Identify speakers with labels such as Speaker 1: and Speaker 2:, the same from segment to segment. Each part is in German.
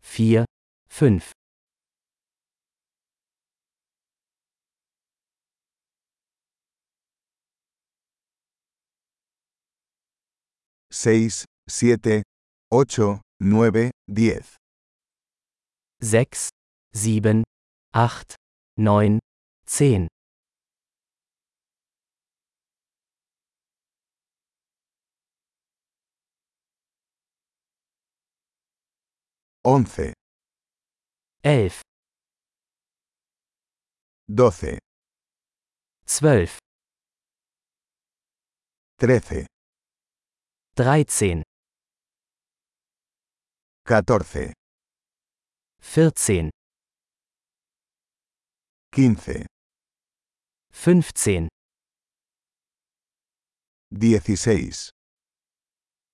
Speaker 1: 5,
Speaker 2: 6, 7, 8, 9, 10,
Speaker 1: 6, 7, 8, 9, 10,
Speaker 2: 11,
Speaker 1: 11,
Speaker 2: 12,
Speaker 1: 12,
Speaker 2: 13,
Speaker 1: 13,
Speaker 2: 14,
Speaker 1: 14,
Speaker 2: 15,
Speaker 1: 15,
Speaker 2: 16,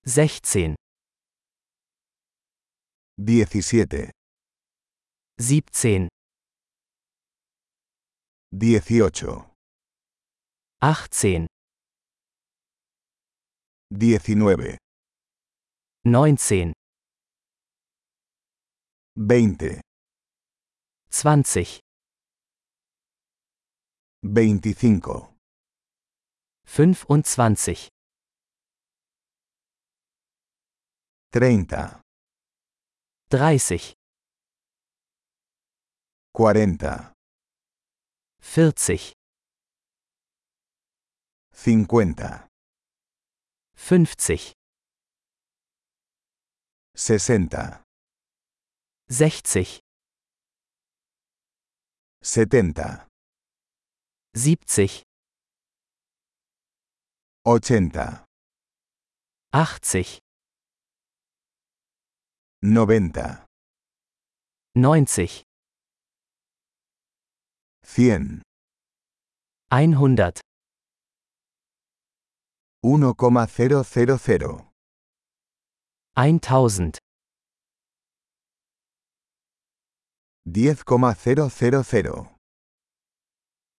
Speaker 1: 16,
Speaker 2: 17,
Speaker 1: 17,
Speaker 2: 18,
Speaker 1: 18,
Speaker 2: 19,
Speaker 1: 19,
Speaker 2: 20,
Speaker 1: 20,
Speaker 2: 25,
Speaker 1: 25,
Speaker 2: 30,
Speaker 1: 30,
Speaker 2: 40,
Speaker 1: 40,
Speaker 2: 50,
Speaker 1: 50,
Speaker 2: 60,
Speaker 1: 60,
Speaker 2: 70,
Speaker 1: 70,
Speaker 2: 80,
Speaker 1: 80,
Speaker 2: 90,
Speaker 1: 90,
Speaker 2: 100,
Speaker 1: 100,
Speaker 2: 1,000,
Speaker 1: 1000,
Speaker 2: 10,000,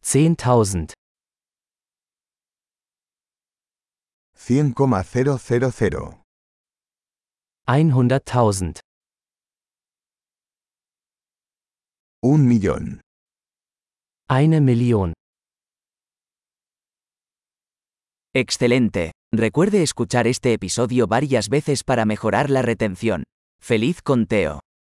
Speaker 1: 10.000,
Speaker 2: 100,000,
Speaker 1: 100.000,
Speaker 2: 1 millón,
Speaker 1: eine Million.
Speaker 3: Excelente. Recuerde escuchar este episodio varias veces para mejorar la retención. ¡Feliz conteo!